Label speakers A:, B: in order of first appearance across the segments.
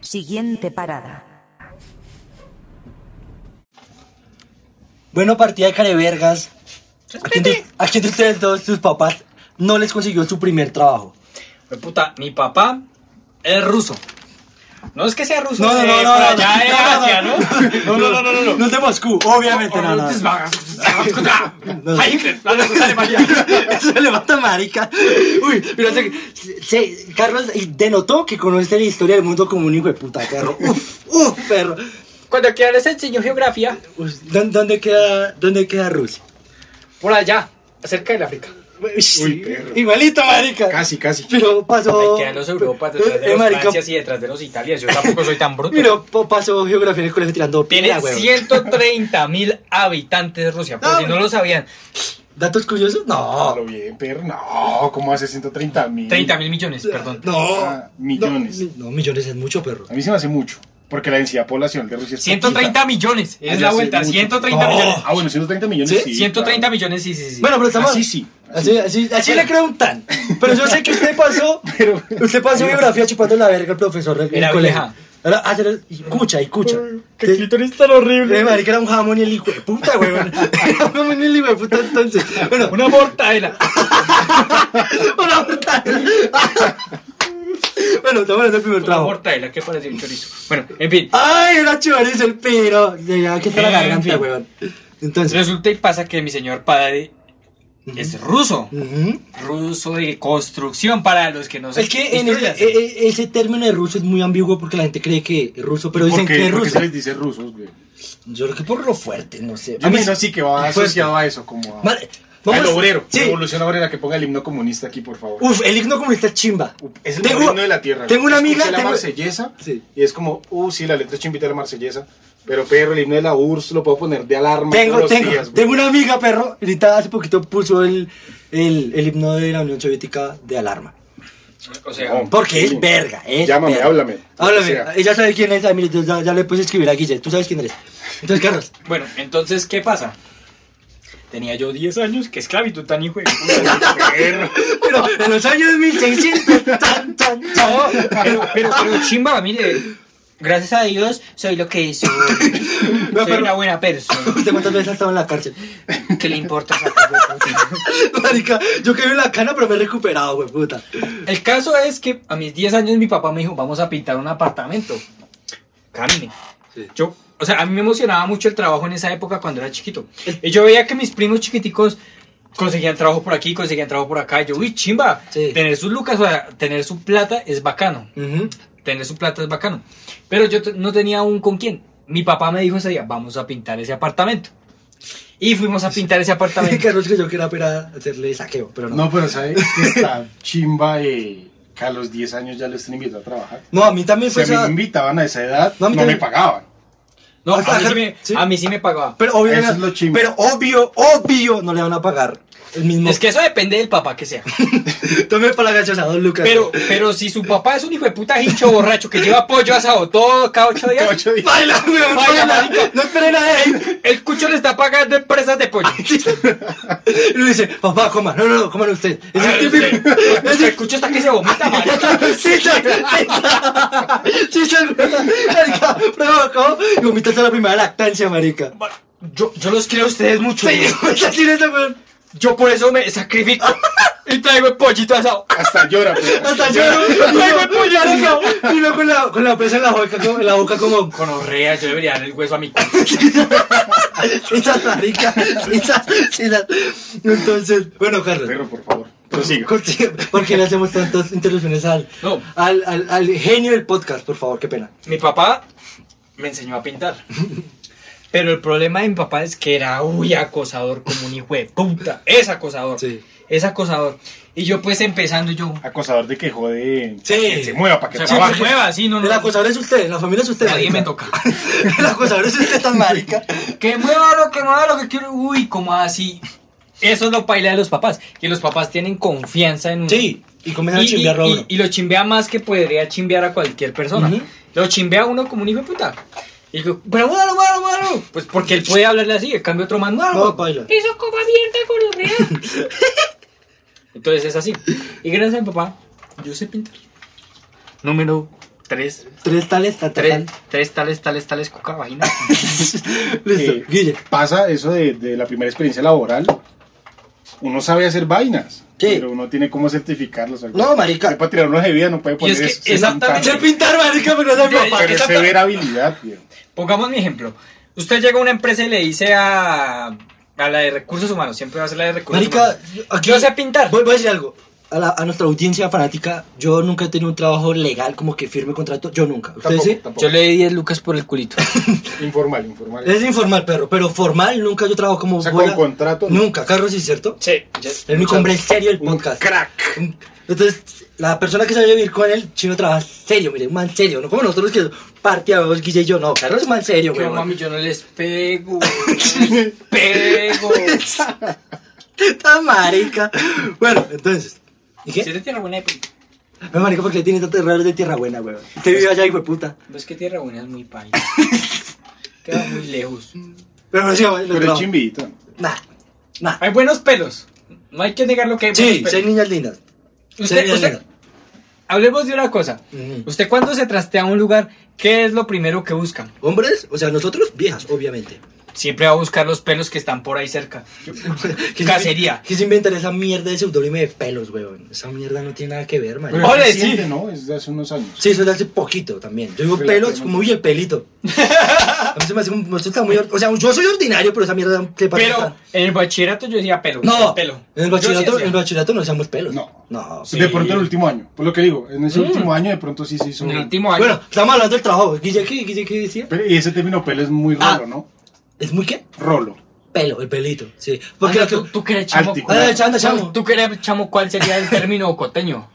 A: Siguiente parada.
B: Bueno, partida de carevergas. ¿A quién, de, a quién de ustedes dos, sus papás, no les consiguió su primer trabajo?
C: Fue puta, mi papá es ruso. No es que sea ruso.
B: No, no,
C: eh,
B: no,
C: por
B: no,
C: allá
B: no,
C: de
B: no,
C: Asia,
B: no,
C: ¿no?
B: no, no, no, no, no. No es de Moscú, obviamente, no, no.
C: Ay, Hitler, la de Alemania.
B: Eso le mata marica. Uy, mira, se, se- Carlos denotó que conoce la historia del mundo como un hijo de puta, perro. Uf, uf, perro.
C: Cuando quieran les enseño geografía,
B: Uy, ¿dó- ¿Dónde queda, dónde queda Rusia?
C: por allá, cerca del África.
D: Uy, perro.
B: Igualito, marica.
D: Casi, casi.
B: Pero pasó.
C: Ahí quedan los Europas, detrás de
B: Eh,
C: los
B: marica,
C: Francias y detrás de los Italias. Yo tampoco soy tan bruto.
B: Mira, po- pasó geografía en el colegio tirando
C: Tiene
B: piedra, güey.
C: 130 mil habitantes de Rusia, por
B: No,
C: si no lo sabían.
B: ¿Datos curiosos? No.
D: Lo bien, perro. No, ¿cómo hace 130 mil?
C: 30 mil millones, perdón.
B: No.
D: Ah, millones.
B: No, mi- No, millones es mucho, perro.
D: A mí se me hace mucho. Porque la densidad poblacional de Rusia es
C: 130 millones,
D: Ah,
C: es
D: ya
C: la
D: sé,
C: vuelta,
D: mucho.
C: 130
B: No.
C: millones.
D: Ah, bueno, 130 millones.
B: Sí,
D: Sí,
C: 130
D: claro.
C: millones, sí, sí, sí.
B: Bueno, pero estamos.
D: Así sí.
B: Así, así, así le creo un tan. Pero yo sé que usted pasó.
D: Pero-
B: usted pasó biografía chupando la verga al profesor del
C: Era
B: del colegio.
C: vieja.
B: Era, ah, era- y cucha, y cucha.
C: Qué clítoris tan horrible.
B: Eh, marica, era un jamón y el hijo de puta, güey. Era un jamón y el hijo de puta, entonces. Bueno,
C: Una mortadela.
B: una mortadela. bueno, estamos hablando del primer
C: Una
B: trabajo.
C: mortadela, ¿qué parece un chorizo? Bueno, en fin.
B: Ay, era chorizo el pero. Llegaba que está la
C: En
B: garganta,
C: fin.
B: güey. Entonces.
C: Resulta y pasa que mi señor padre es ruso.
B: ujú.
C: Ruso de construcción para los que no se
B: Es que en ese,
C: instruyanse.
B: e- e- ese término de ruso es muy ambiguo porque la gente cree que es ruso, pero dicen
D: ¿Por qué-
B: que es
D: por qué
B: ruso.
D: se les dice rusos, güey?
B: Yo creo que por lo fuerte, no sé.
D: Yo pienso así que va
B: Fuerte.
D: asociado a eso, como a...
B: Vale,
D: al obrero.
B: Sí.
D: Revolución obrera, que ponga el himno comunista aquí, por favor.
B: Uf, el himno comunista chimba.
D: Es el
B: Tengo-
D: gobierno de la tierra.
B: Tengo una amiga.
D: Escuché la
B: tengo-
D: marsellesa
B: Sí.
D: y es como, uh, sí, la letra chimbita de la marsellesa. Pero perro, el himno de la URSS lo puedo poner de alarma
B: Tengo,
D: todos los
B: tengo,
D: días, güey.
B: tengo una amiga, perro. Ahorita hace poquito puso el, el, el himno de la Unión Soviética de alarma.
C: O sea,
D: No.
B: Porque
D: Sí.
B: es verga, es
D: Llámame,
B: verga.
D: háblame.
B: Háblame.
D: O sea.
B: Ella sabe quién es. ah, mire, ya, ya le puse a escribir a Guille. Tú sabes quién eres. Entonces, Carlos.
C: bueno, entonces, ¿qué pasa? Tenía yo 10 años, que esclavitud tan hijo de puta, perro.
B: Pero en los años 1600. Tan, tan,
C: No,
B: tan.
C: pero, pero, pero chimba, mire. Gracias a Dios soy lo que soy.
B: No,
C: soy
B: pero-
C: una buena persona.
B: ¿Usted cuántas veces ha estado en la cárcel?
C: ¿Qué le importa esa cosa de puta?
B: Marica, yo quedé en la cana, pero me he recuperado, güey, puta.
C: El caso es que a mis 10 años mi papá me dijo, vamos a pintar un apartamento. Camine.
B: Sí.
C: Yo, o sea, a mí me emocionaba mucho el trabajo en esa época cuando era chiquito. Y yo veía que mis primos chiquiticos conseguían trabajo por aquí, conseguían trabajo por acá. Y yo, uy, chimba,
B: Sí.
C: tener sus lucas, o sea, tener su plata es bacano.
B: Ujú.
C: Tener su plata es bacano. Pero yo te- no tenía un con quién. Mi papá me dijo ese día, vamos a pintar ese apartamento. Y fuimos a pintar ese apartamento.
B: Carlos que yo quería ver a hacerle saqueo, pero no.
D: No, pero ¿sabes que esta chimba eh, que a los 10 años ya lo están invitando a trabajar?
B: No, a mí también
D: Si
B: fue
D: a mí
B: esa.
D: me invitaban a esa edad,
B: No, Pues, ah, a
D: no,
B: mí
D: me
B: también.
D: pagaban.
C: No, a mí
B: Hasta-
C: sí me-
B: ¿sí?
C: a mí sí me pagaba.
B: Pero obvio,
D: Eso es lo chimbo.
B: pero obvio, obvio, no le van a pagar el mismo.
C: Es que eso depende del papá que sea.
B: Tome para la gachosa, don Lucas.
C: Pero, pero si su papá es un hijo de puta hincho borracho que lleva pollo asado todo cada ocho días,
D: Cada ocho días.
B: Baila, güey,
C: Baila,
B: baila.
C: marica.
B: No esperen a él.
C: el cucho le está pagando empresas de pollo.
B: Y le dice, papá, coma. No, no, no, cómalo usted. Es
C: Ah,
B: el típico.
C: usted-
B: Es
C: usted
B: el
C: El cucho está que se vomita, marica.
B: Sí, sí, sí, sí, marica, provocó y vomitaste la primera lactancia, marica.
C: Yo, yo los creo a ustedes mucho.
B: Sí,
C: güey.
B: güey, así de esa, güey.
C: Yo por eso me sacrifico y traigo el pollito asado.
D: Hasta llora, pues. pero-
B: Hasta yo,
C: Traigo el pollo asado.
B: Y luego con la, con la presa en la boca, como, en la boca como...
C: Con orrea, yo debería dar el hueso a mi cucho.
B: Esa es la rica, esa, esa. Entonces, bueno, Carlos,
D: Perro, por favor, prosiga.
B: consigue- ¿por qué le hacemos tantas interrupciones al,
C: No.
B: al, al, al genio del podcast? Por favor, qué pena.
C: Mi papá me enseñó a pintar. Pero el problema de mi papá es que era, uy, acosador como un hijo de puta. Es acosador.
B: Sí.
C: Es acosador. Y yo pues empezando, yo...
D: Acosador de que jode.
B: Sí.
D: Que se mueva para que
C: O sea,
D: trabaje.
C: se mueva, sí, no, no.
B: El acosador es usted, la familia es usted.
C: Nadie
B: marica.
C: me toca.
B: El acosador es usted tan marica.
C: Que mueva lo que mueva lo que quiero. Uy, como así. Eso es lo paila de los papás. Que los papás tienen confianza en uno.
B: Sí, y comienza
C: Y,
B: a chimbear a
C: y-
B: uno.
C: y lo chimbea más que podría chimbear a cualquier persona.
B: Ujú.
C: Lo chimbea a uno como un hijo de puta. Y digo, pero muévalo, muévalo, muévalo. Pues porque él puede hablarle así. En cambio, otro man, muévalo.
B: No, baila.
C: Eso como abierta con orrea. Entonces es así. Y gracias a mi papá, yo sé pintar. Número tres,
B: Tres tales, ta, ta,
C: tres,
B: tal.
C: tres tales, tales, tales, coca, vagina.
B: Listo,
D: Eh,
B: Guille.
D: Pasa eso de, de la primera experiencia laboral. Uno sabe hacer vainas,
B: Sí.
D: pero uno tiene cómo certificarlos.
B: No, marica.
D: Para tirar una jevida no puede
C: Y
D: poner
C: es que
D: eso, 60
C: exactamente-
B: Sé pintar, marica, pero no sé
C: Ya, ya,
B: papá.
D: Pero es
C: Exacto.
D: severa habilidad, tío.
C: Pongamos mi ejemplo. Usted llega a una empresa y le dice a, a la de recursos humanos, siempre va a ser la de recursos
B: Marica,
C: humanos.
B: yo- aquí
C: Yo sé pintar.
B: Voy, voy a decir algo. A, la- a nuestra audiencia fanática, yo nunca he tenido un trabajo legal como que firme contrato. Yo nunca. ¿Ustedes
D: Tampoco,
B: sí?
D: tampoco.
C: Yo le di 10 lucas por el culito.
D: Informal, informal.
B: Es informal, perro, pero formal nunca yo trabajo como
D: O sea,
B: bola.
D: con contrato, ¿no?
B: Nunca, Carlos, ¿sí es cierto?
C: Sí.
B: Es el único hombre serio del
D: Un
B: podcast.
D: crack.
B: Un- Entonces, la persona que sabe vivir con él, chino trabaja serio, mire, un man serio. No como nosotros que parteamos, Guille y yo, no. Carlos es man serio, güey.
C: Yo, mami, yo no les pego. yo no les pego.
B: Está marica. Bueno, entonces. ¿Y
C: Si
B: qué?
C: te tiene buena pues, época.
B: No, marica, porque tiene tantos errores de tierra buena, güey.
D: Pues
B: Te vive allá, hijo de puta.
C: No es que Tierra Buena es muy paila. Queda muy lejos.
B: Pero no sigamos, no,
D: Pero
B: no.
D: es chimbito.
B: Nah, nah.
C: Hay buenos pelos. No hay que negar lo que hay.
B: Sí,
C: buenos
B: seis
C: pelos.
B: niñas lindas.
C: Usted,
B: seis niñas
C: usted, hablemos de una cosa.
B: Ujú.
C: Usted cuando se trastea a un lugar, ¿qué es lo primero que busca?
B: Hombres, o sea, nosotros, viejas, obviamente.
C: Siempre va a buscar los pelos que están por ahí cerca.
B: ¿Qué
C: Cacería.
B: ¿Qué se inventan esa mierda de pseudónimo de pelos, weón? Esa mierda no tiene nada que ver, man.
D: Pero
C: Ole,
D: es reciente,
C: sí.
D: ¿no? Es de hace unos años.
B: Sí, eso es de hace poquito también. Yo digo pelos
D: Relativamente.
B: como, uy, el pelito. A mí se me hace un- eso está muy... or- O sea, yo soy ordinario, pero esa mierda te pasa.
C: Pero en el bachillerato yo decía pelo.
B: No,
C: pelo.
B: en el
C: Yo
B: bachillerato,
C: sí
B: en el
C: decía.
B: bachillerato no usamos pelos.
D: No.
B: No.
D: De pronto el último año. Por lo que digo, en ese
C: Mm.
D: último año de pronto sí se hizo.
C: En el último año.
B: Bueno, estamos hablando del trabajo. Guille, ¿qué, Guille, qué decía?
D: Pero- y ese término pelo es muy
B: Ah.
D: rolo, ¿no?
B: ¿Es muy qué?
D: Rolo.
B: Pelo, el pelito, sí. Porque lo
C: Anda,
B: que-
C: Ah, tú, tú que eres chamo.
D: Ártico.
B: Ah, chamo, chamo.
C: Tú, tú que eres chamo, ¿cuál sería el término coteño?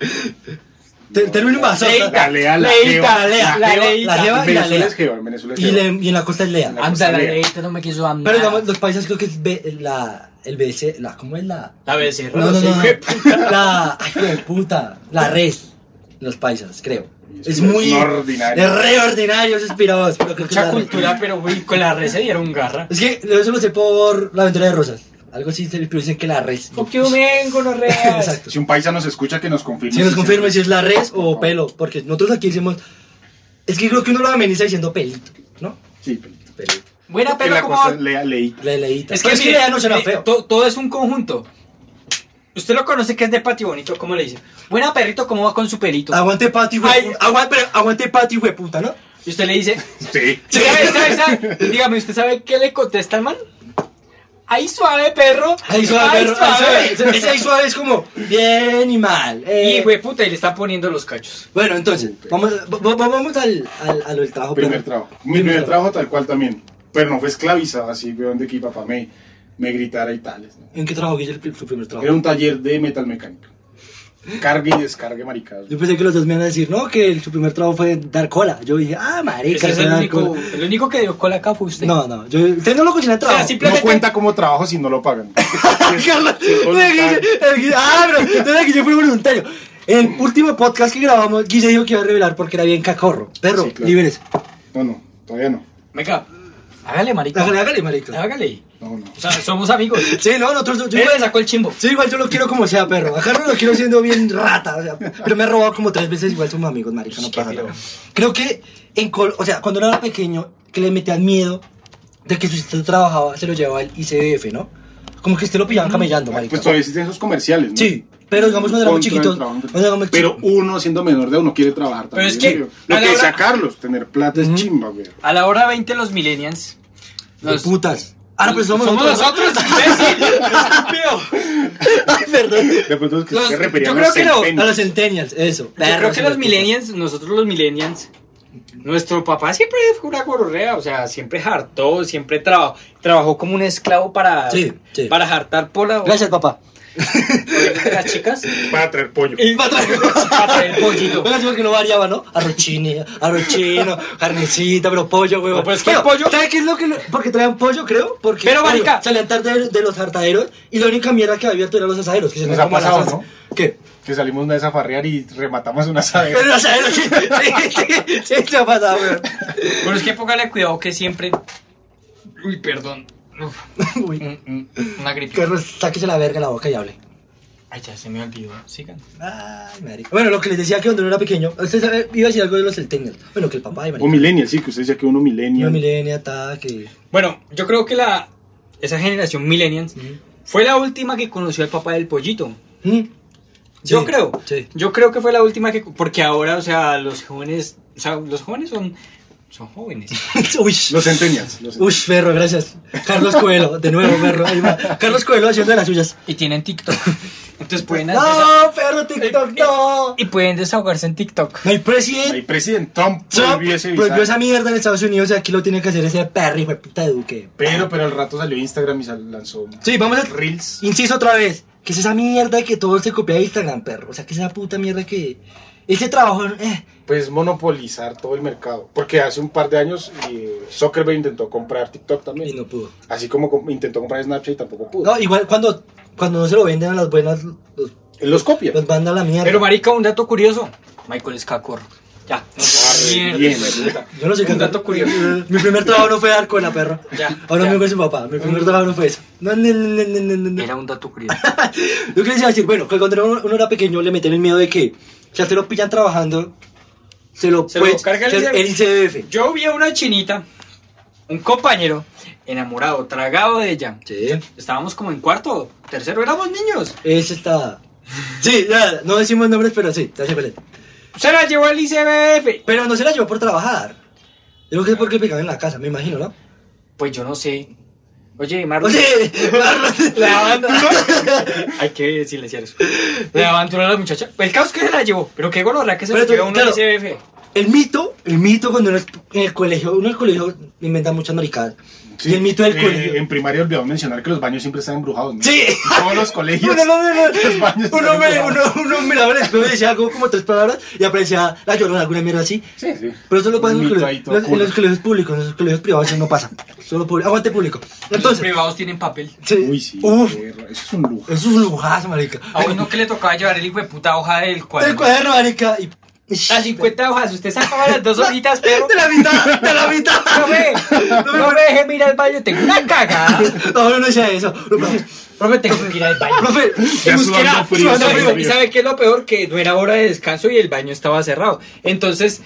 B: Te- Termino más.
C: Leita,
D: La lea, la
C: leita,
D: jeva,
C: lea,
B: la
C: la Pues,
B: jeva, la
C: leita.
B: jeva.
D: En Venezuela
B: lea.
D: es jeva, en Venezuela es
B: Y,
D: jeva.
B: le- y en la costa es Lea.
D: La
C: Anda, la
D: lea.
C: leita no me quiso andar.
B: Pero digamos, los países creo que es B- la, el BC, la, ¿cómo es la?
C: La BC.
B: No, no, no, no. La, ay, hijo de puta, la red, los paisas, creo.
D: Es
B: Es muy,
D: ordinario.
B: es re ordinario, es inspirado, pero creo que es
C: Mucha
B: la red.
C: cultura, pero güey, con la red se dieron garra.
B: Es que eso lo sé por la aventura de Rosas, algo así, se- pero dicen que la red.
C: Porque un vengo, no reas.
B: Exacto.
D: Si un paisa nos escucha, que nos confirme.
B: Si nos confirme si
D: sí.
B: es la res o pelo, porque nosotros aquí decimos, es que creo que uno lo ameniza diciendo pelito, ¿no?
D: Sí, pelito.
B: Pelito.
C: Buena,
D: En
C: Ah, pero
D: la
C: como...
D: costa lea, leí.
B: La leíta.
C: Es que,
B: Pero es que
C: Pues mire,
B: Lea no suena
C: mire,
B: feo.
C: to- todo es un conjunto. Usted lo conoce que es de patio bonito, ¿cómo le dice? Buena perrito, ¿cómo va con su pelito?
B: Aguante pati,
C: Ay.
B: güey. Aguante, pero aguante pati, güey, puta, ¿no?
C: Y usted le dice,
D: Sí.
C: ¿Sabe, sabe, sabe? Dígame, ¿usted sabe qué le contesta el man? ¡Ay, suave, perro!
B: Ahí suave,
C: ¡Ay,
B: perro, ahí
C: suave!
B: suave. Ese ahí suave es como bien y mal. eh.
C: Y, güey, puta, y le está poniendo los cachos.
B: Bueno, entonces, vamos, va- va- vamos al, al, a lo del trabajo.
D: Primer
B: pero-
D: trabajo. Mi primer trabajo tal cual también. Pero no fue esclavizado así, weón, de que papá me, me gritara y tales. ¿no?
B: ¿En qué trabajo Guille, el pri- su primer trabajo?
D: Era un taller de metalmecánica. Carga y descarga maricadas.
B: Yo pensé que los dos me iban a decir, no, que el- su primer trabajo fue dar cola. Yo dije, ah, marica,
C: Ese es
B: fue
C: el
B: dar
C: único,
B: cola.
C: el único que dio cola acá fue usted.
B: No, no, yo, usted no lo considera
C: sea,
B: trabajo.
C: simple-
D: No cuenta como trabajo si no lo pagan.
B: Carlos, el Guille- el Guille- ah, pero entonces el Guille fue voluntario. En el último podcast que grabamos, Guille dijo que iba a revelar porque era bien cacorro. Perro,
D: Sí, claro.
B: libres.
D: No, no, todavía no.
C: Venga, hágale, marica.
B: Hágale, hágale, marica.
C: Hágale.
D: No, no.
C: O sea, somos amigos.
B: Sí, no, nosotros... yo-
C: Yo le sacó el chimbo.
B: Sí, igual yo lo quiero como sea, perro. Acá no lo quiero siendo bien rata. O sea, pero me ha robado como tres veces igual somos amigos, marica, no
C: Qué
B: pasa
C: piro.
B: nada. Creo que, en Col- o sea, cuando era pequeño, que le metían miedo de que si usted trabajaba, se lo llevaba el ICBF, ¿no? Como que usted lo pillaban
C: Ah,
B: camellando, marica.
D: Pues todavía existen esos comerciales, ¿no?
B: Sí, pero digamos cuando éramos
D: Contra el
B: chiquitos,
D: trabajo.
B: cuando éramos
D: Pero
B: chi-
D: uno siendo menor de uno quiere trabajar
C: Pero
D: también.
C: es que, a
D: güey. Lo
C: la
D: que
C: hora-
D: decía Carlos, tener plata es
B: Ujú.
D: chimba, güey.
C: A la hora 20 los millennials.
B: de
C: Los
B: putas. Ahora pues somos,
C: somos
B: nosotros.
C: nosotros, imbécil. Estúpido.
B: Ay, perdón.
D: De pronto es que
C: Los-
D: se referían
C: yo
D: a los
C: creo que no,
B: A
D: centenios.
B: los centennials, eso.
C: Yo creo que
B: milenios
C: los millennials, nosotros los millennials, nuestro papá siempre fue una gororrea, o sea, siempre hartó, siempre trabajó, trabajó como un esclavo para,
B: Sí, sí.
C: para hartar por la-
B: Gracias, papá.
C: por las chicas.
D: Para traer pollo.
B: Y va a
C: Para traer el pollito.
B: Bueno, digo que no variaba, ¿no? Arrochini, arrochino, carnecita, pero pollo, huevo.
C: No, pues, ¿qué
B: Bueno,
C: pollo?
B: ¿Sabes qué es lo que.? lo- Porque traían pollo, creo. Porque.
C: Pero,
B: obvio,
C: marica.
B: Salían tarde de, de los hartaderos y la única mierda que había abierto eran los asaderos. Que se
D: Nos
B: nos
D: ha pasado,
B: ¿Qué?
D: Que salimos una vez a farrear y rematamos una asadera.
B: Pero los asaderos, sí, sí, sí, sí, se ha pasado, weón.
C: Pero es que póngale cuidado que siempre... Uy, perdón. Uf,
B: Uy,
C: un- un- una gripe. mm.
B: Carlos, sáquese la verga de la boca y hable.
C: Ay, ya se me olvidó. Sigan.
B: Ay, marica. Bueno, lo que les decía que cuando uno era pequeño, usted sabe, iba a decir algo de los centennials. Bueno, que el papá de
D: O
B: marica.
D: millennial, sí, que ustedes ya que uno
B: Una
D: millennial.
B: milenia, ta, que...
C: Bueno, yo creo que la esa generación millennials fue la última que conoció al papá del pollito.
B: ¿Mm?
C: Yo
B: Sí,
C: creo.
B: sí.
C: Yo creo que fue la última que porque ahora, o sea, los jóvenes, o sea, los jóvenes son son jóvenes.
B: Uy.
D: Los centennials. los
B: Uy, Ferro, gracias. Carlos Coelho, de nuevo, Ferro. Ahí va. Carlos Coelho haciendo de las suyas.
C: Y tienen TikTok. Entonces pueden desa-
B: No, Ferro, TikTok, no.
C: y pueden desahogarse en TikTok.
B: No hay
D: centennials. Ahí
B: presidente.
D: presidente Trump
B: Trump
D: prohibió ese
B: prohibió
D: visaje.
B: esa mierda en Estados Unidos y aquí lo tiene que hacer ese perro, hijo de puta de Duque.
D: Pero, pero al rato salió Instagram y sal- lanzó
B: Sí, vamos a...
D: Reels.
B: Inciso otra vez. ¿Qué es esa mierda que todo se copia de Instagram, perro? O sea, que es esa puta mierda que... Ese trabajo... eh.
D: Pues monopolizar todo el mercado. Porque hace un par de años eh, Zuckerberg intentó comprar TikTok
B: Y
D: también.
B: no pudo.
D: Así como com- intentó comprar Snapchat y tampoco pudo.
B: No, igual cuando, cuando no se lo venden a las buenas, los,
D: Él los copia.
B: los manda a la mierda.
C: Pero marica, un dato curioso. Michael es cacorro. Ya. No,
D: Arre,
C: mierda,
D: bien.
C: hijo de puta.
B: Yo no sé qué
C: Un dato curioso.
B: Mi primer trabajo no fue dar con la perra.
C: Ya,
B: Ahora
C: ya.
B: me con su papá. Mi primer trabajo no fue eso. No, no, no, no, no, no, no.
C: Era un dato curioso.
B: Yo quería decir, bueno, que cuando uno, uno era pequeño le meten el miedo de que ya te lo pillan trabajando, se lo,
C: Se lo carga el
B: se-
C: ICBF.
B: el ICBF.
C: Yo vi a una chinita, un compañero, enamorado, tragado de ella.
B: Sí.
C: Estábamos como en cuarto, tercero, éramos niños.
B: Es esta. Sí, ya, no decimos nombres, pero sí, te hace feliz.
C: Se la llevó al ICBF.
B: Pero no se la llevó por trabajar. Yo creo que es porque pegaban en la casa, me imagino, ¿no?
C: Pues yo no sé. Oye, Marlon.
B: Oye,
C: Le abandonó. Hay que silenciar eso. Le abandonó a la muchacha. El caos que se la llevó. Pero qué gorda que se la
B: Pero tú,
C: llevó a uno al
B: claro.
C: ICBF.
B: El mito, el mito cuando uno es en el colegio, uno en el colegio inventa muchas maricadas.
D: Sí,
B: y el mito del
D: eh,
B: colegio.
D: En primaria olvidamos mencionar que los baños siempre están embrujados. ¿no?
B: Sí.
D: En Todos los colegios.
B: Uno, no, no, no.
D: Los baños
B: uno,
D: están
B: me, uno,
D: embrujados.
B: uno miraba el espejo y decía algo como tres palabras y aparecía la llorona, alguna mierda así.
D: Sí, sí.
B: Pero eso lo pasa en los,
D: Mito
B: colegios,
D: ahí todo
B: en los
D: culo.
B: colegios públicos, en los colegios privados eso no pasa. Solo público. Aguante público.
C: Los
B: Entonces,
C: privados tienen papel.
B: sí.
D: Uy, sí. eh.
B: Uf, eso
D: perra, Eso es un lujo.
B: es un lujazo, marica.
C: A uno que le tocaba llevar el hijo de puta hoja del
B: El
C: cuaderno.
B: cuaderno, marica. Y...
C: A 50 hojas. Usted sacaba las dos hojitas, pero.
B: De la mitad, de la mitad.
C: Profe, no me dejes mirar al baño. Tengo una cagada.
B: No, no, no sea eso. No, profe,
C: Profe, tengo que ir al baño.
B: profe,
D: Ya
C: Pues
D: sudando
C: que era-
D: frío,
C: sudando
D: sudando
C: frío. Y
D: frío.
C: sabe qué es lo peor, que no era hora de descanso y el baño estaba cerrado. Entonces,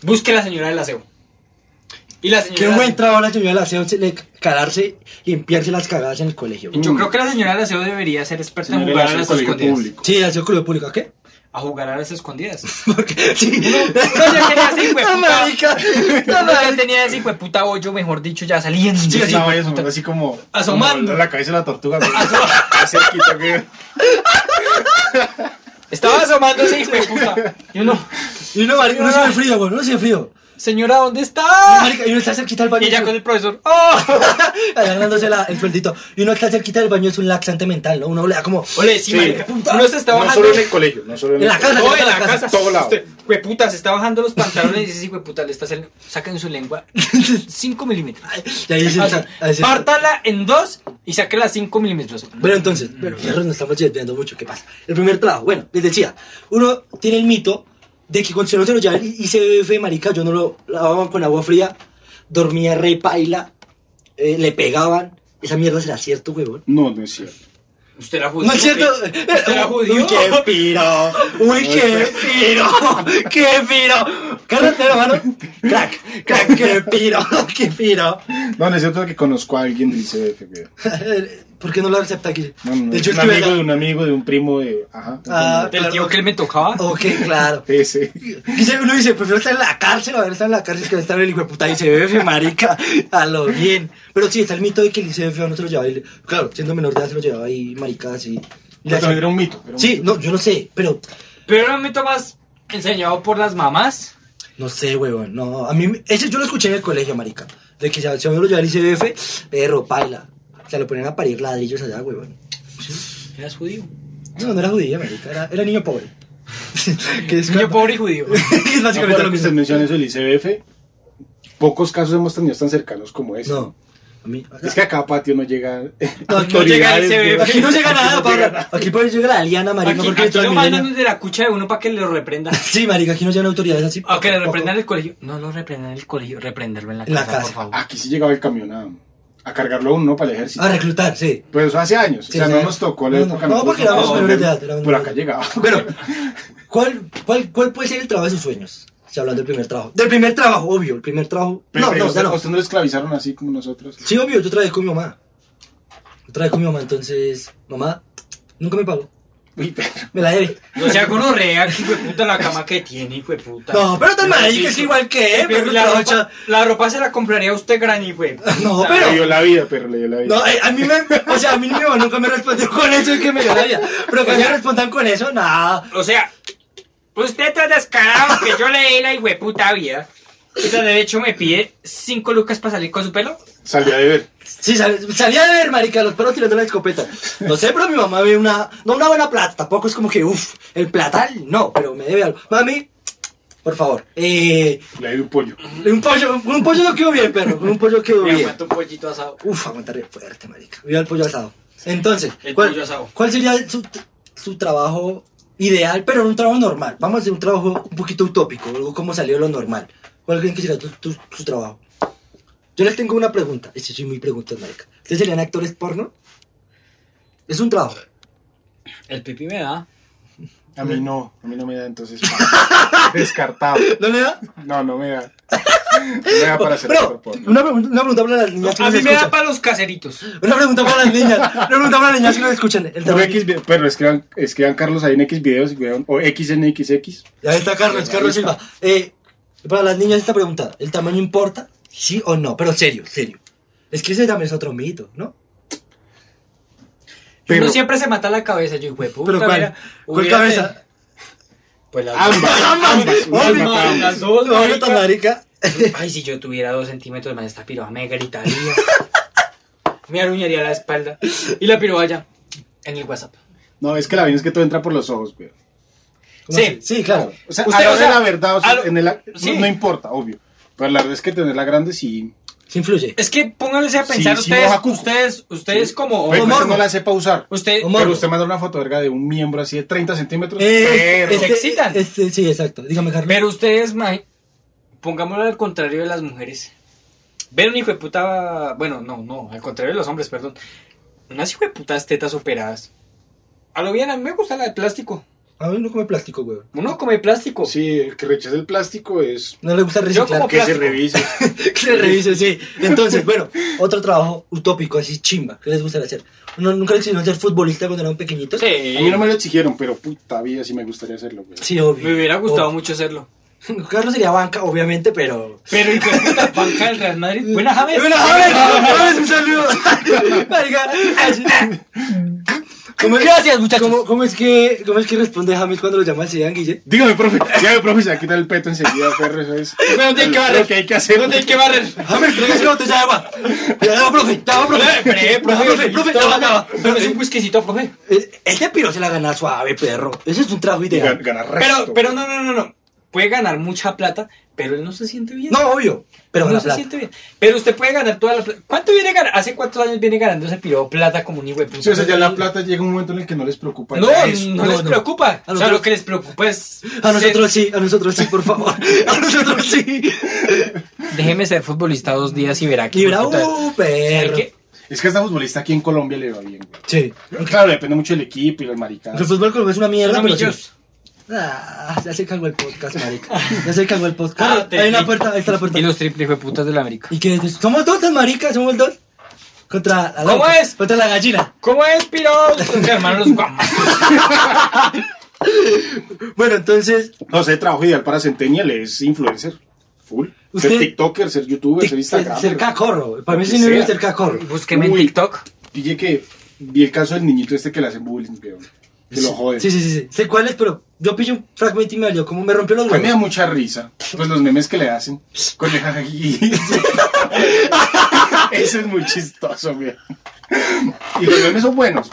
C: busque a la señora del aseo. Y la señora.
B: qué
C: del
B: buen
C: aseo-
B: trabajo la señora del aseo, se le- calarse, limpiarse las cagadas en el colegio.
C: Yo creo que la señora del aseo debería ser experta en
D: Señor,
C: jugar a
D: el
C: las
D: colegio
C: escondidas.
D: público.
B: Sí, el aseo colegio público, ¿a qué?
C: A jugar a las escondidas.
B: Porque, sí.
C: No, ya tenía así, güey.
B: Ah, marica.
C: No, no, ya tenía así, güey, puta hoyo, mejor dicho, ya saliendo.
D: Sí,
C: así,
D: estaba
C: güey,
D: eso,
C: puta.
D: así como
C: Asomando.
D: como la cabeza de la tortuga. güey. Así cerquita, güey.
C: Estaba asomándose, hijo de puta. Y uno,
B: Y uno, marica, uno siente frío, güey, uno siente frío.
C: señora, ¿dónde
B: Y,
C: está?
B: marica, y uno está cerquita del baño.
C: Y ya con el profesor.
B: ¡Oh! Agarrándose la- el sueldito. Y uno está cerquita del baño, es un laxante mental, ¿no? Uno le da como.
C: Ole, sí,
D: Sí.
C: marica, uno se está
D: No
C: bajando.
D: solo en el colegio, no solo
B: En
D: en el
B: la
D: colegio.
B: casa,
C: No,
B: en
C: en la
B: casa.
C: casa.
D: todo lado.
C: Usted, Hueputa, se está bajando los pantalones y dice, sí, hueputa, le está saliendo. Saquen su lengua. 5 milímetros.
B: Y ahí se-
C: Así,
B: ahí se-
C: Pártala en dos y saque las 5 milímetros.
B: Bueno, entonces, bueno, ya nos estamos desviando mucho, ¿qué pasa? El primer trabajo, bueno, les decía, uno tiene el mito de que cuando se lo se lo lleva el ICBF, marica, yo no lo lavaban con agua fría, dormía re paila, eh, le pegaban, esa mierda será cierto, huevón.
D: No, no es cierto.
C: Usted era judío.
B: No es cierto. eh,
C: Usted era judío.
B: Uy, qué piro. Uy, qué piro. Qué piro. Carretera, mano. Crack, crack, qué piro. Qué piro.
D: No, no es cierto que conozco a alguien del ICBF, güey.
B: ¿Por qué no lo acepta aquí?
D: No, no, no.
B: De hecho,
D: un
B: es que
D: amigo
B: me-
D: de un amigo, de un primo de. Ajá.
B: Ah,
C: El tío que me tocaba.
B: Ok, claro.
D: Ese.
B: Dice, uno dice, prefiero estar en la cárcel, a ver, estar en la cárcel que estar en el hijo de puta ICBF, marica, a lo bien. Pero sí, está el mito de que el ICBF a uno se lo llevaba, y le- claro, siendo menor de edad se lo llevaba ahí, marica, así. Y le
D: Pero también
B: hacía-
D: era un mito. era un
B: Sí, no, yo no sé, pero
C: Pero era un mito más enseñado por las mamás.
B: No sé, huevón, no. A mí, ese yo lo escuché en el colegio, marica. De que se- si a uno lo lleva al ICBF, perro, paila. Se lo ponían a parir ladrillos allá, huevón.
C: Eras judío.
B: No, no era judía, marica, era, era niño pobre. que es
C: Yo pobre y judío.
B: es
D: No,
B: básicamente
D: ahora
B: lo
D: que usted
B: mismo.
D: menciona eso del ICBF, pocos casos hemos tenido tan cercanos como ese.
B: No, a mí...
D: Es que acá a patio no llega.
B: No,
C: No llega el ICBF.
B: Aquí no llega nada,
D: Aquí no llega
B: Pablo. Aquí por eso llega la liana, marica,
C: Aquí,
B: porque
C: aquí
B: entró
C: lo
B: al
C: mandan
B: milenio.
C: de la cucha de uno para que le reprendan.
B: Sí, marica, aquí no llegan autoridades así.
C: Aunque le
B: poco a poco.
C: reprendan en el colegio. No lo reprendan en el colegio, reprenderlo en la
B: En la
C: casa, por
B: casa.
C: favor.
D: Aquí sí llegaba el camión a, a cargarlo uno, ¿no? Para el ejército.
B: A reclutar, sí.
D: Pues eso hace años,
B: Sí,
D: o sea,
B: sí.
D: no nos tocó la
B: No,
D: época.
B: no,
D: nos
B: porque
D: tocó-
B: éramos menores de edad, éramos
D: Por
B: menores.
D: acá llegaba.
B: Bueno, ¿cuál, cuál, ¿cuál puede ser el trabajo de sus sueños? Si hablan del primer trabajo. Del primer trabajo, obvio, el primer trabajo.
D: Pero
B: no, no,
D: usted,
B: ya no.
D: usted no lo esclavizaron así como nosotros.
B: Sí, obvio, yo trabajé con mi mamá. Yo trabajé con mi mamá, entonces, mamá, nunca me pagó.
D: Uy, pero-
B: Me la debe.
C: O sea, con orrea, que hijo de puta la cama que tiene, hijo de puta.
B: No, pero tan
C: Pero
B: mal,
C: sí,
B: que es igual que él,
C: pero
B: pero
C: la,
B: trabaja-
C: ropa, la ropa se la compraría usted gran hijo de puta.
B: No,
D: Le
B: pero.
D: dio la vida, pero le dio la vida.
B: No, eh, a mí me. O sea, a mí mi mamá nunca me respondió con eso y que me dio la vida. Pero que me respondan con eso, nada.
C: O sea, usted está descarado que yo le di la hijo de puta vida. O sea, de hecho me pide cinco lucas para salir con su pelo.
D: Salí a beber.
B: Sí, sal- salía de ver, marica, los perros tirando la escopeta. No sé, pero mi mamá ve una. No una buena plata, tampoco es como que, uff, el platal, no, pero me debe algo. Mami, por favor, eh.
D: Le dio un pollo.
B: Un pollo, con un pollo no quedó bien, perro, con un pollo quedó
C: Me
B: bien.
C: aguanta un pollito asado.
B: Uf, aguantaré fuerte, este marica. Viva el pollo asado. Entonces,
C: El
B: ¿cuál,
C: pollo asado.
B: cuál sería su, su trabajo ideal, pero no un trabajo normal? Vamos a hacer un trabajo un poquito utópico, algo como salió de lo normal. ¿Cuál creen que sería tu- tu- su trabajo? Yo les tengo una pregunta. Este soy muy preguntas, marica. ¿Ustedes serían actores porno? Es un trabajo.
C: El pipí me da.
D: A mí no, a mí no me da entonces. Descartado.
B: ¿No le da?
D: No, no me da. No me da para hacer
B: Pero,
D: porno.
B: una, pregunta- una pregunta para las niñas que
C: A
B: nos
C: mí me da
B: escuchan.
C: para los caseritos.
B: Una pregunta para las niñas. Una pregunta para las niñas que nos escuchan. El
D: Un
B: trabajo-
D: X vi- Pero escriban, escriban Carlos ahí en X videos y vean- o XNXX.
B: Ya está Carlos, Carlos Silva. Eh, para las niñas esta pregunta, ¿el tamaño importa? ¿Sí o no? Pero serio, serio. Es que ese también es otro mito, ¿no?
D: Pero
C: Uno siempre se mata la cabeza, yo hijo de puta.
B: Pero ¿cuál?
C: mira,
B: ¿Cuál
C: hubiera-
B: cabeza? Ah,
C: Pues las
D: ambas, ambas,
B: Ambas,
D: ambas,
C: ambas.
D: ambas.
C: Las dos,
B: No,
C: marica.
B: tan marica.
C: Ay, si yo tuviera dos centímetros más, esta piroja me gritaría. me aruñaría la espalda. Y la piroja ya, en el WhatsApp.
D: No, es que la vaina es que todo entra por los ojos, güey.
B: ¿Cómo
C: Sí.
B: así? sí, claro.
D: O sea,
C: Usted,
D: hablar
C: o sea,
D: de la verdad, o sea,
C: a lo-
D: en el,
C: sí.
D: no, no importa, obvio. Pero la verdad es que tenerla grande sí.
B: Se influye.
C: Es que pónganse a
D: Sí,
C: pensar
D: sí,
C: ustedes,
D: moja cuco.
C: ustedes, ustedes como hombres,
D: Pero usted
B: morbo.
D: no la sepa usar.
C: usted,
B: Como-
D: Pero
B: morbo.
D: usted manda una foto verga de un miembro así de 30 centímetros.
B: Eh,
D: pero-
C: Se excitan.
B: este, sí, exacto. Dígame, Carlos.
C: pero ustedes, ma- pongámoslo al contrario de las mujeres. Ver un hijo de puta, bueno, no, no, al contrario de los hombres, perdón. Unas hijo de putas tetas operadas. A lo bien, a mí me gusta la de plástico.
B: A mí no come plástico, güey.
C: Uno come plástico.
D: Sí, el que rechaza el plástico es
B: No le gusta reciclar.
C: como
D: que se
C: Plástico.
D: revise.
B: que se revise, sí. Entonces, bueno, otro trabajo utópico, así chimba, que les gustaría hacer. ¿No, ¿Nunca les hicieron ser futbolista cuando eran pequeñitos?
C: Sí.
D: A mí no me lo exigieron, pero puta vida sí me gustaría hacerlo, güey.
B: Sí, obvio.
C: Me hubiera gustado mucho hacerlo.
B: Oh, Carlos sería banca, obviamente, pero...
C: Pero hijo de puta, banca del Real Madrid. Buena James.
B: Bueno, James, James, un saludo. Marica, así- ¿Cómo es-
C: Gracias, muchachos.
B: ¿Cómo, cómo es que, ¿Cómo es que responde James cuando lo llama el Zidane, Guille?
D: Dígame, profe. Dígame, profe, se va a quitar el peto enseguida, perro. Eso es
C: Pero tiene que barrer.
D: lo que hay que hacer.
C: ¿Dónde hay que barrer?
B: James, tráigase una botella de agua. Ya de agua, profe, ya de agua, profe.
C: Eh,
B: Ya, profe, profe, ya va, ya va.
C: Pero es un whiskycito, profe.
B: Eh, Este piro se la gana suave, perro. Ese es un trabajo
D: Y gan-
B: ideal.
D: ganar
C: Pero,
D: resto.
C: pero no, no, no, no. Puede ganar mucha plata, pero él no se siente bien.
B: No, obvio, pero
C: no
B: gana
C: se
B: plata.
C: siente bien. Pero usted puede ganar toda la plata. ¿Cuánto viene ganar? ¿Hace cuántos años viene ganando ese piro plata como un hijo de puta?
D: Sí, o sea, ya la plata llega un momento en el que no les preocupa.
C: No,
D: nada de eso.
C: no,
B: Pues, No,
C: les
B: no.
C: preocupa.
B: A
C: o sea,
B: nosotros-
C: lo que les preocupa es.
B: A
C: ser-
B: nosotros sí, a nosotros sí, por favor. A nosotros sí.
C: Déjeme ser futbolista dos días y verá que.
B: Y bravo,
C: ¿Sabe
B: uh, perro.
C: qué?
D: Es que a esta futbolista aquí en Colombia le va bien, güey.
B: Sí.
D: Claro, depende mucho del equipo y las maricadas.
B: El fútbol colombiano es una mierda,
C: Son
B: pero sí.
C: amigos.
B: Ah, ya se cagó el podcast, marica. Ya se cagó el
C: Ah,
B: podcast.
C: te
B: Hay
C: vi.
B: una puerta, ahí está la puerta.
C: Y los triple hijo de putas de la América.
B: ¿Y que Somos dos, tan marica, somos dos. Contra la
C: ¿Cómo
B: loca,
C: es?
B: Contra la gallina.
C: ¿Cómo es, piro? Entonces, hermano, los guamas.
B: Bueno, entonces,
D: No sé, trabajo ideal para Centennial es influencer. Full.
B: Usted-
D: Ser TikToker, ser YouTuber, ser
B: tic-
D: Instagram.
B: ser cacorro. Para mí
D: Lo
B: es
D: que
B: sinónimo de
D: sea.
B: ser cacorro.
C: Búsqueme en
D: Uy.
C: TikTok.
D: Dije que vi el caso del niñito este que le hacen bullying, weón. Que lo joden.
B: Sí, sí, sí, sí. Sé cuál es, pero yo pillo un fragmento y me valió. Como me rompió los
D: A mí me da
B: huevos.
D: mucha risa. Pues los memes que le hacen. Con el jajají. Eso es muy chistoso, weón. Y los memes son buenos.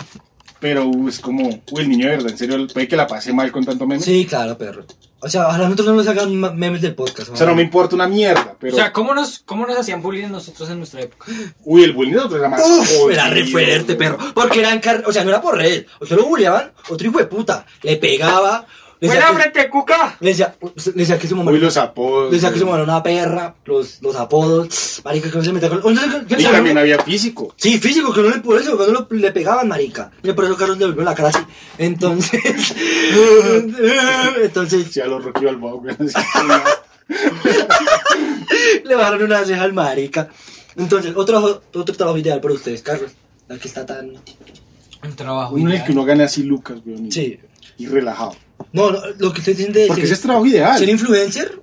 D: Pero uh, es como, uy, el niño de verdad, en serio, puede que la pase mal con tanto meme.
B: Sí, claro, perro. O sea, ojalá nosotros no nos hagan ma- memes del podcast.
D: O sea, no me importa una mierda, pero.
C: O sea, ¿cómo nos, ¿cómo nos hacían bullying nosotros en nuestra época?
D: uy, el bullying de nosotros era más.
B: Uf, era re
D: jodido,
B: fuerte,
D: weón.
B: perro. Porque eran car... O sea, no era por red. Otro lo bulleaban, otro hijo de puta. Le pegaba. Le
C: ¡Buena
B: decía que-
C: frente, cuca!
B: le decía, le decía que su mamá.
D: Uy,
B: Le
D: los apodos.
B: decía que su
D: güey.
B: mamá era una perra, los, los apodos. Marica, que no se metía con. ¿Qué
D: Y también había físico.
B: Sí, físico, que no le, por eso, que no lo- le pegaban, marica. Y por eso Carlos le volvió la cara así. Entonces. entonces,
D: Sí, a los Rocky Balboa, güey. así.
B: le bajaron una ceja al marica. Entonces, otro, otro trabajo ideal para ustedes, Carlos. La que está tan.
C: Un trabajo.
D: Uno en el que uno gane así lucas, güey.
B: Sí.
D: Y relajado.
B: No, no, lo que ustedes dicen de.
D: Porque
B: ser-
D: ese es trabajo ideal.
B: ¿Ser influencer?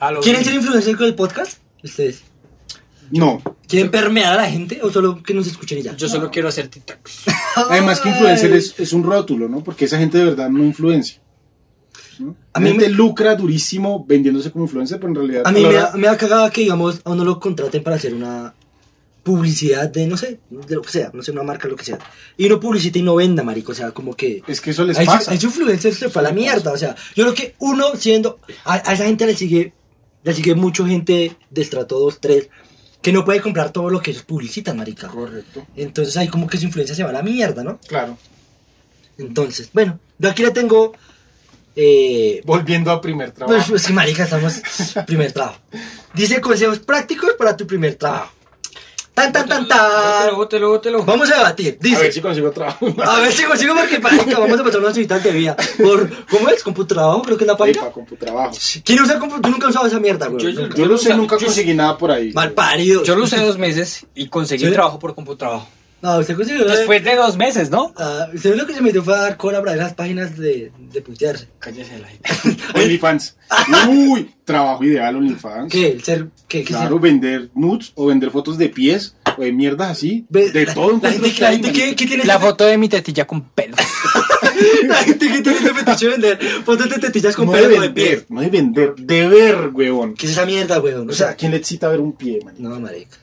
C: Ah,
B: ¿Quieren ser influencer con el podcast? Ustedes.
D: No.
B: ¿Quieren permear a la gente o solo que nos escuchen y ya?
C: Yo solo quiero hacer TikToks.
D: Además que influencer es, es un rótulo, ¿no? Porque esa gente de verdad no influencia. ¿no?
B: A
D: A
B: mí
D: mí gente lucra durísimo vendiéndose como influencer, pero en realidad...
B: A mí
D: la
B: me
D: verdad,
B: da, me da cagada que, digamos, a uno lo contraten para hacer una publicidad de, no sé, de lo que sea, no sé, una marca, lo que sea. Y uno publicita y no venda, marico, o sea, como que...
D: Es que eso les
B: a ese-
D: pasa.
B: a ese influencer se fue a la mierda, o sea, yo creo que uno siendo... A, a esa gente le sigue, le sigue mucho gente de estrato 2, 3, que no puede comprar todo lo que ellos publicitan, marica.
D: Correcto.
B: Entonces ahí como que su influencia se va a la mierda, ¿no?
D: Claro.
B: Entonces, bueno, de aquí le tengo... Eh,
D: Volviendo a primer
B: pues,
D: trabajo.
B: pues que marica, estamos primer trabajo. Dice consejos prácticos para tu primer trabajo. Tan, tan, tan,
C: Bótelo,
B: tan.
C: bótelo, bótelo.
B: Vamos a debatir.
D: a ver
B: Dice.
D: si consigo trabajo.
B: A ver si consigo porque marica, vamos a pasar una citas de vida. Por, ¿Cómo es? ¿Computrabajo? Creo que es la
D: Ahí
B: página.
D: pa' computrabajo.
B: ¿Quién usa compu? Tú nunca has usado esa mierda, güey.
C: Yo-
B: Nunca.
D: Yo no sé,
C: Yo-
D: nunca
C: yo-
D: conseguí nada por ahí.
B: Mal parido.
C: Yo lo usé dos meses y conseguí
B: ¿Sí?
C: trabajo por computrabajo.
B: No, usted consiguió.
C: Después de dos meses, ¿no?
B: Ah, usted lo que se metió fue a dar cola para esas páginas de, de putearse.
C: Cállese la gente.
D: OnlyFans. Uy, trabajo ideal OnlyFans.
B: ¿Qué? ¿El ser? ¿Qué? qué
D: Claro,
B: ser?
D: vender nudes o vender fotos de pies o de mierdas así.
B: Ve,
D: de
B: la-
D: todo.
B: La gente, la gente que, que tiene
C: La foto de mi tetilla con pelo.
B: la gente que tiene ese fetiche de vender fotos de tetillas con
D: no
B: pelo
D: de
B: de pie.
D: vender, no de vender, de ver, huevón.
B: ¿Qué es esa mierda, weón?
D: O sea, ¿a quién le excita ver un pie, man?
B: no, marica.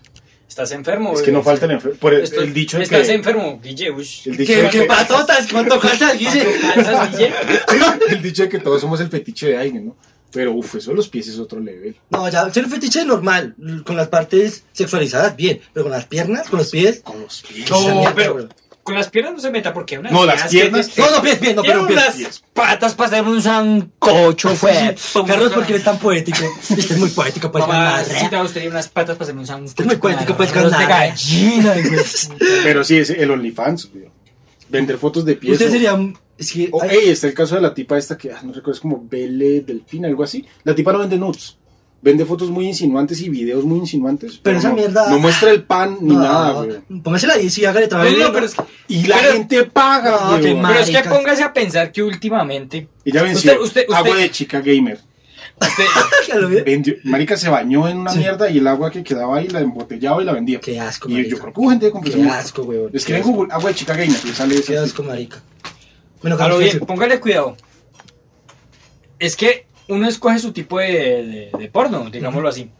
C: Estás enfermo,
D: Es que no
C: güey.
D: falta el enfermo. Por el,
C: Estoy-
D: el dicho de
C: Estás
D: que,
C: enfermo, Guille. uy.
D: el dicho
B: ¿Qué,
D: de
B: qué
D: que-
B: patotas? ¿Cuánto calzas, Guille?
C: ¿Alzas, Guille?
D: el dicho de que todos somos el fetiche de alguien, ¿no? Pero uff, eso de los pies es otro level.
B: No, ya, ser un fetiche normal, con las partes sexualizadas, bien, pero con las piernas, con los pies.
D: Con los pies.
B: Esa
C: No,
B: mierda,
C: pero
B: weón.
C: con las piernas no se meta porque unas
D: No, las
C: que
D: piernas-
C: te-
B: No, no, pies, pies, no, pero
C: Quiero
B: pies.
C: unas
D: pies.
C: patas para hacer un sancocho, fue.
B: Carlos, porque eres tan poético? Este es muy poético, pues,
C: Mamá,
B: madre.
C: necesitaba usted unas patas para hacer un sancocho.
B: muy poético, pues,
C: con arroz de
B: carnal.
C: gallina. güey.
D: Pero sí, es el OnlyFans, güey. Vender fotos de pies.
B: Usted
D: o-
B: sería un- Es que.
D: O,
B: ay,
D: hey, está el caso de la tipa esta que, ah, no recuerdo, es como Belle Delfina, algo así. La tipa no vende nudes. Vende fotos muy insinuantes y videos muy insinuantes.
B: Pero esa
D: no,
B: mierda-
D: no muestra el pan ni
B: no,
D: nada, güey.
B: Póngasela ahí, sí, hágale trabajo.
C: No, no, pero es que,
D: Y la
C: Pero-
D: gente paga,
B: No, qué
D: güey.
B: mal.
C: pero es que
B: Maricas.
C: póngase a pensar que últimamente
D: Ella venció.
C: Usted- usted- usted-
D: Agua de chica gamer.
C: usted,
B: Hágalo, bien.
D: Vendió- Marica se bañó en una
B: Sí.
D: mierda y el agua que quedaba ahí la embotellaba y la vendía.
B: Qué asco,
D: y
B: marica.
D: yo creo que hubo gente que compró
B: Qué
D: esa
B: asco,
D: mierda.
B: weón.
D: Escribe en Google agua de chica gamer y sale
B: Qué
D: esa.
B: asco, marica. Bueno,
C: a lo
B: Carlos,
C: bien,
B: ¿qué
C: póngale cuidado. Es que uno escoge su tipo de, de- de porno, digámoslo así.
B: hace?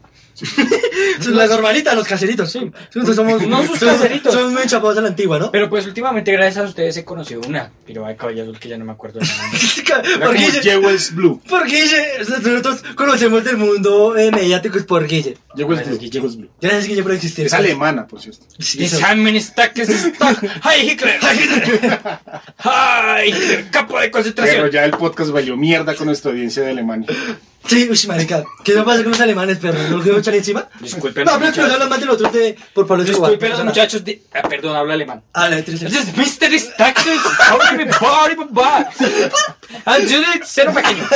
B: Son Las normalitas, los caseritos, sí. Nosotros somos.
C: No, sus caseritos.
B: Somos muy chapados a la antigua, ¿no?
C: Pero pues últimamente gracias a ustedes he conocido una, pero hay caballeros que ya no me acuerdo de nada.
D: Era como
B: Porque dice-
D: Jewel's Blue.
B: Por Guille, nosotros conocemos del mundo eh, mediático es por Guille.
D: Jewel's
C: Gracias,
D: Blue.
C: Guille.
D: Jewel's Blue.
B: Gracias Guille por existir.
D: Es alemana, por cierto.
B: Sí, eso.
C: Examen está que se está. ¡Ay, Hitler! ¡Ay, Hitler! ¡Ay, Hitler! ¡Campo de
D: Pero
C: concentración!
D: ya el podcast valió mierda con nuestra audiencia de Alemania.
B: Sí, uy, marica. ¿Qué no pasa con los alemanes, perro? ¿Los que echan encima?
C: Disculpen,
B: No, pero es que nos
C: muchachos.
B: hablan más de los otros de... Por Pablo Escobar.
C: Disculpen a los muchachos de. ah, perdón, habla alemán.
B: Ah, la de tres.
C: This is Mr. Stackus, how can we party, papá? And you did Ah, cero pequeño.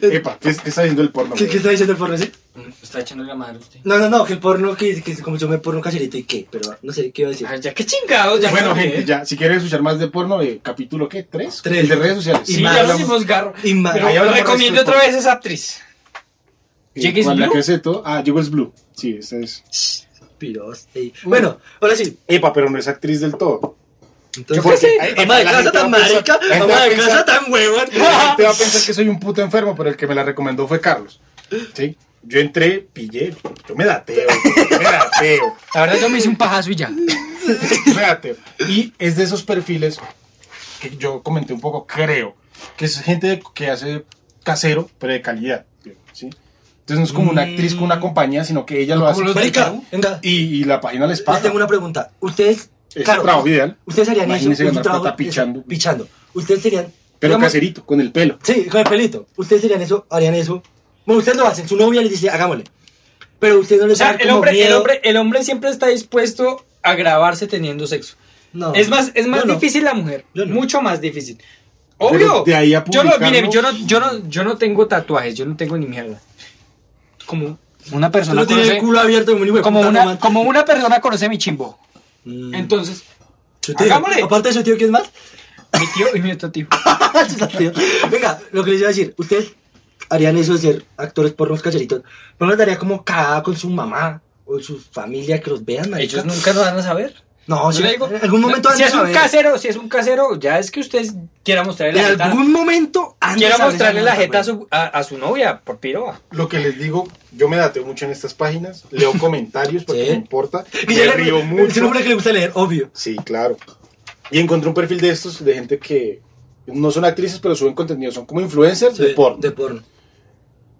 D: Epa, ¿qué, qué está diciendo el porno?
B: ¿Qué, ¿Qué está diciendo el porno ese?
C: Mm, Está echándole la madre a usted.
B: No, no, no, que el porno, que, que como yo me porno caserito y qué, pero no sé, ¿qué iba a decir?
C: Ah, ya, qué chingados. Ya
D: Bueno,
C: no eh. sé.
D: gente, ya, si quieres escuchar más de porno, eh, capítulo qué, tres,
B: Tres.
D: El de redes sociales.
B: Y
C: Sí,
B: más
C: ya lo
B: hablamos-
C: hicimos garro.
B: y más-
C: Pero
D: Ahí hablamos
C: recomiendo
D: de esto,
C: otra vez esa actriz.
D: Eh,
C: Jiggy's
D: ¿cuál, la
C: Blue?
D: que hace todo? Ah, Jiggles Blue. Sí, esa es.
B: Piros, ey. Bueno, ahora sí.
D: Epa, pero no es actriz del todo.
B: Entonces,
C: Yo qué sé.
D: Ay,
B: Ama de
D: la
B: casa
D: gente
B: tan
D: va a pensar-
B: marica,
D: la gente
B: ama
D: va a
B: de casa
D: pensar-
B: tan huevón.
D: La gente va a pensar que soy un puto enfermo, pero el que me la recomendó fue Carlos. ¿Sí? Yo entré, pillé, yo me dateo, yo me dateo,
C: La verdad, yo me hice un pajazo y ya.
D: yo me dateo. Y es de esos perfiles que yo comenté un poco, creo, que es gente que hace casero, pero de calidad. ¿sí? Entonces no es como una actriz con una compañía, sino que ella lo hace.
C: los de
B: Marica,
C: Perú.
B: venga,
D: Y, y la página les
B: les
D: paga.
B: tengo una pregunta. Ustedes,
D: Es
B: claro,
D: un trabajo ideal.
B: Ustedes harían eso.
D: Imagínense
B: con su
D: ganar plata
B: trabajo-
D: pichando.
B: Pichando. Ustedes serían
D: Pero
B: Digamos-
D: caserito, con el pelo.
B: Sí, con el pelito. Ustedes dirían eso, harían eso. Bueno, ustedes lo hacen, su novia les dice, hagámosle. Pero ustedes no
C: O
B: les
C: sea,
B: dan
C: el
B: como
C: hombre, el,
B: miedo.
C: hombre, el hombre siempre está dispuesto a grabarse teniendo sexo.
B: No.
C: Es más, es más
B: Yo no.
C: difícil la mujer.
B: Yo no.
C: Mucho más difícil.
D: Pero
C: Obvio.
D: de ahí a
C: yo no, mire,
D: publicarlo-
C: yo no, yo no, yo no tengo tatuajes, yo no tengo ni mierda. Como una
B: Tú
C: persona
B: no tienes el
C: conoce,
B: culo abierto como un hijo de
C: como
B: puta,
C: una,
B: nomás.
C: como una persona conoce mi chimbo.
B: Mm.
C: Entonces,
B: Su tío.
C: hagámosle.
B: Aparte de su tío, ¿quién más?
C: mi tío y mi otro tío.
B: Su tío. Venga, lo que les iba a decir, ustedes harían eso de ser actores pornos cacheritos. No les daría como cagada con su mamá o su familia que los vean, marica?
C: Ellos nunca lo van a saber.
B: No,
C: No
B: si
C: le digo-
B: en algún momento
C: si
B: antes
C: es un
B: saber.
C: casero, si es un casero, ya es que usted quiera mostrarle la
B: En
C: jeta.
B: algún momento antes saber
C: Quiera
B: esa
C: mostrarle la
B: mierda,
C: jeta a
B: güey.
C: su, a, a su novia, por piroa.
D: Lo que les digo, yo me dateo mucho en estas páginas, leo comentarios porque
B: Sí.
D: me importa,
B: Y ya
D: me
B: le-
D: río
B: Es un
D: mucho.
B: hombre que le gusta leer, obvio.
D: Sí, claro. Y encontré un perfil de estos, de gente que no son actrices, pero suben contenido, son como influencers de
B: Sí,
D: porno.
B: De porno.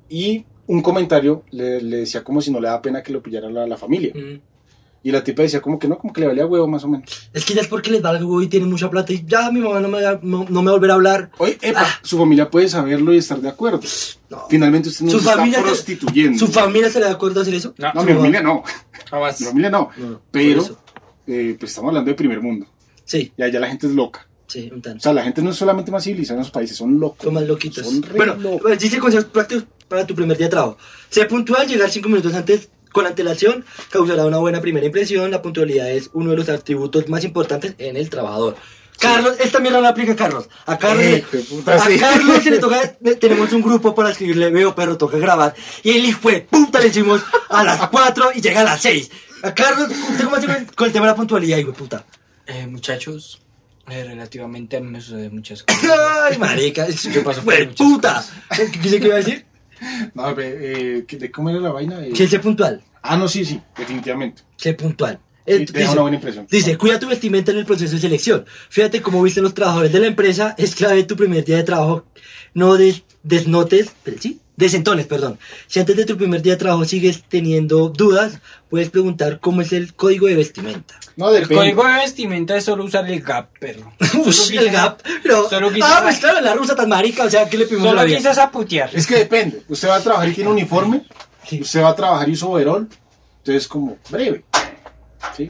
D: Y un comentario le, le decía como si no le da pena que lo pillara la, la familia.
B: Mm.
D: Y la tipa decía como que no, como que le valía huevo más o menos.
B: Es que ya es porque les valgo y tienen mucha plata y ya mi mamá no me, va- no, no me va a volver a hablar.
D: Oye, epa,
B: Ah.
D: su familia puede saberlo y estar de acuerdo.
B: No.
D: Finalmente usted no se
B: Su
D: está
B: familia,
D: prostituyendo.
B: ¿Su familia se le da cuenta hacer eso?
D: no,
B: su
D: mi
B: mamá.
D: familia no.
C: Jamás.
D: Mi familia no.
B: No, por
D: Pero,
B: eso.
D: eh, pues estamos hablando de primer mundo.
B: Sí,
D: Y allá la gente es loca.
B: sí, un
D: O
B: tanto.
D: sea, la gente no es solamente más civilizada en los países, son locos.
B: Son más loquitos.
D: Son re
B: bueno,
D: locos.
B: pues, dice consejos prácticos para tu primer día de trabajo. Sé puntual, llegar cinco minutos antes con antelación causará una buena primera impresión. La puntualidad es uno de los atributos más importantes en el trabajador. Carlos, esta mierda no la aplica a Carlos. A Carlos,
D: Eh, hijo de puta,
B: a
D: sí.
B: Carlos se le toca, le- tenemos un grupo para escribirle, veo perro, toca grabar. Y el hijo de puta le hicimos a las 4 y llega a las 6. A Carlos, ¿usted cómo hace con, con el tema de la puntualidad, hijo de puta?
C: Eh, muchachos, eh, relativamente a mí me sucede muchas cosas.
B: Ay, marica, es
C: Yo paso por
B: hijo de
C: muchas
B: puta. ¿Qué, qué, qué iba a decir?
D: No, ve, eh, ¿qué- ¿de cómo era la vaina? Eh,
B: Que sea puntual.
D: Ah, no, sí, sí, definitivamente.
B: Sé puntual.
D: Sí,
B: Eh,
D: deja una buena impresión.
B: dice, cuida tu vestimenta en el proceso de selección. Fíjate cómo visten los trabajadores de la empresa. Es clave en tu primer día de trabajo. No des- desnotes, pero sí, desentones, perdón. Si antes de tu primer día de trabajo sigues teniendo dudas, puedes preguntar cómo es el código de vestimenta.
D: No,
C: El
D: depende.
C: código de vestimenta es solo usar el gap, perro. Solo
B: Ush, el
C: quizás-
B: gap. pero-
C: solo
B: ah,
C: quizás-
B: pues claro, la rusa tan marica. O sea, ¿qué le pedimos a la
C: Solo
B: vida?
C: quizás a putear.
D: Es que depende. Usted va a trabajar y tiene uniforme,
B: Sí.
D: usted va a trabajar y usa overol, entonces como breve. ¿Sí?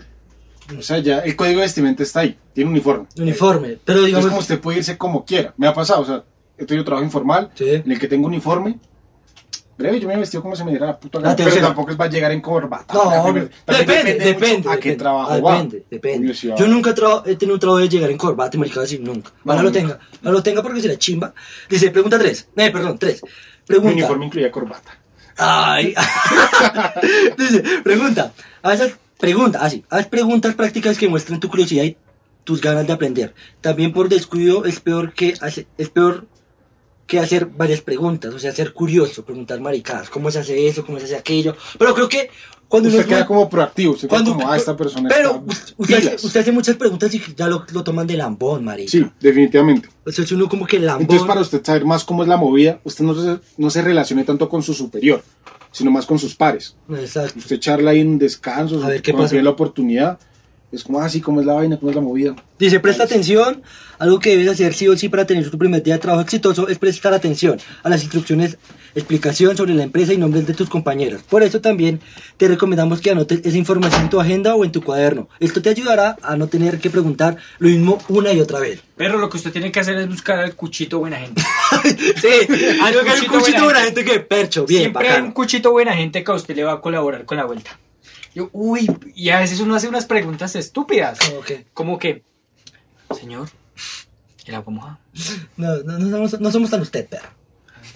D: O sea, ya el código de vestimenta está ahí, tiene uniforme.
B: Uniforme. Pero
D: Entonces, como
B: digamos,
D: usted puede irse como quiera. Me ha pasado, o sea, estoy yo trabajo informal,
B: Sí.
D: en el que tengo uniforme. Breve, yo me he vestido como se me diera la puta gana,
B: Ah, te
D: pero
B: voy a-
D: tampoco es va a llegar en corbata.
B: Ah, No,
D: También
B: hombre. depende,
D: mucho
B: depende.
D: ¿A qué
B: depende.
D: trabajo
B: Ah,
D: va?
B: Depende, depende.
D: Curiosidad.
B: Yo nunca traba- he tenido un trabajo de llegar en corbata, marica, así nunca.
D: No,
B: Ahora lo
D: nunca.
B: tenga, ahora lo tenga porque se la chimba. Dice, pregunta 3. Eh, perdón, 3.
D: Mi
B: Pregunta.
D: uniforme incluía corbata.
B: Ay. Dice, pregunta. Haz esas preguntas, así. Haz preguntas prácticas que muestren tu curiosidad y tus ganas de aprender. También por descuido es peor que hace- es peor que hacer varias preguntas, o sea, ser curioso, preguntar maricadas, cómo se hace eso, cómo se hace aquello. Pero creo que cuando uno
D: Usted
B: es
D: queda
B: muy-
D: como proactivo, usted queda
B: cuando
D: como, ah, esta persona
B: pero
D: está
B: usted- usted,
D: pilas".
B: hace, usted hace muchas preguntas y ya lo, lo toman de lambón, marica.
D: Sí, definitivamente.
B: O sea, es uno como que lambón.
D: Entonces, para usted saber más cómo es la movida, usted no se, no se relacione tanto con su superior, sino más con sus pares.
B: Exacto.
D: Usted charla ahí en descanso,
B: A ver, ¿qué
D: cuando
B: pasa?
D: tiene la oportunidad, es como, ah, sí, cómo es la vaina, cómo es la movida.
B: Dice, presta atención. Algo que debes hacer sí o sí para tener tu primer día de trabajo exitoso es prestar atención a las instrucciones, explicación sobre la empresa y nombres de tus compañeros. Por eso también te recomendamos que anotes esa información en tu agenda o en tu cuaderno. Esto te ayudará a no tener que preguntar lo mismo una y otra vez.
C: Pero lo que usted tiene que hacer es buscar al cuchito buena gente.
B: sí, algo que hay un cuchito
C: Cuchito buena
B: buena gente que percho, bien,
C: Siempre hay
B: bacano.
C: un cuchito buena gente que a usted le va a colaborar con la vuelta. Yo, uy, y a veces uno hace unas preguntas estúpidas.
B: Ok.
C: Como que, señor, el agua moja.
B: No, no, no, somos, no somos tan usted, perro.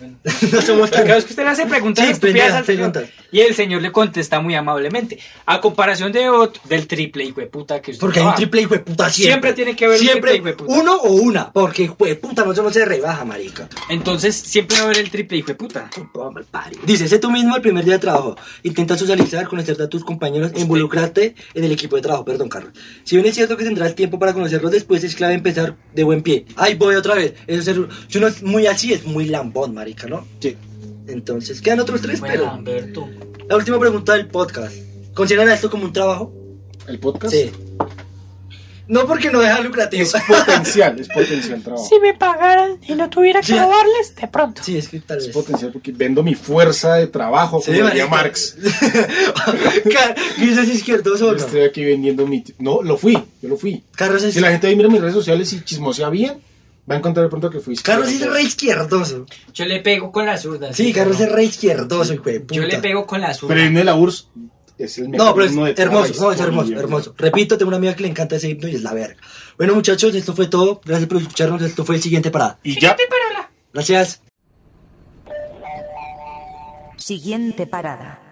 C: Bueno,
B: No somos tan...
C: Claro, es que usted le hace preguntas
B: Sí,
C: estúpidas
B: pendejas,
C: al señor
B: preguntas.
C: y el señor le contesta muy amablemente. A comparación de ot- del triple hijo de puta que usted
B: Porque hay un
C: trabaja.
B: triple hijo de puta siempre.
C: Ah. Siempre tiene que haber un
B: siempre
C: triple hijo de puta.
B: uno o una, porque hijo de puta no, se- no se rebaja, marica.
C: Entonces siempre va a haber el triple hijo de puta.
B: Hombre, parió. Dice, sé tú mismo el primer día de trabajo. Intenta socializar, conocer a tus compañeros, e involucrarte en el equipo de trabajo. Perdón, Carlos. Si bien es cierto que tendrás tiempo para conocerlos después, es clave empezar de buen pie. Ahí voy otra vez. Eso es ser- si uno es muy así, es muy lambón, marica, ¿no?
D: Sí.
B: Entonces, quedan otros tres,
C: Bueno,
B: pero...
C: Alberto.
B: La última pregunta del podcast. ¿Consideran esto como un trabajo?
D: ¿El podcast?
B: Sí. No porque no deja lucrativo.
D: Es potencial, es potencial trabajo.
E: Si me pagaran y no tuviera que
B: Ya.
E: robarles, de pronto.
B: Sí, es que tal
D: Es
B: vez.
D: potencial porque vendo mi fuerza de trabajo,
B: pues. Sí,
D: como diría
B: marica.
D: Marx.
B: Car- Grises izquierdos o
D: Yo
B: no.
D: Estoy aquí vendiendo mi... No, lo fui, yo lo fui.
B: Carlos es,
D: Si Este, la gente ahí mira mis redes sociales y chismosea bien, va a encontrar de pronto que fui.
B: Carlos es re izquierdoso.
C: Yo le pego con la zurda.
B: Sí, Carlos es re izquierdoso, hijo de
C: Yo le
B: puta.
C: pego con la zurda.
D: Pero el himno de la URSS es el mejor.
B: No, pero es
D: himno de toda la
B: hermoso, no, es hermoso,
D: historia.
B: hermoso. Repito, tengo una amiga que le encanta ese himno y es la verga. Bueno, muchachos, esto fue todo. Gracias por escucharnos. Esto fue el siguiente parada.
D: Y ya.
B: Gracias.
A: Siguiente parada.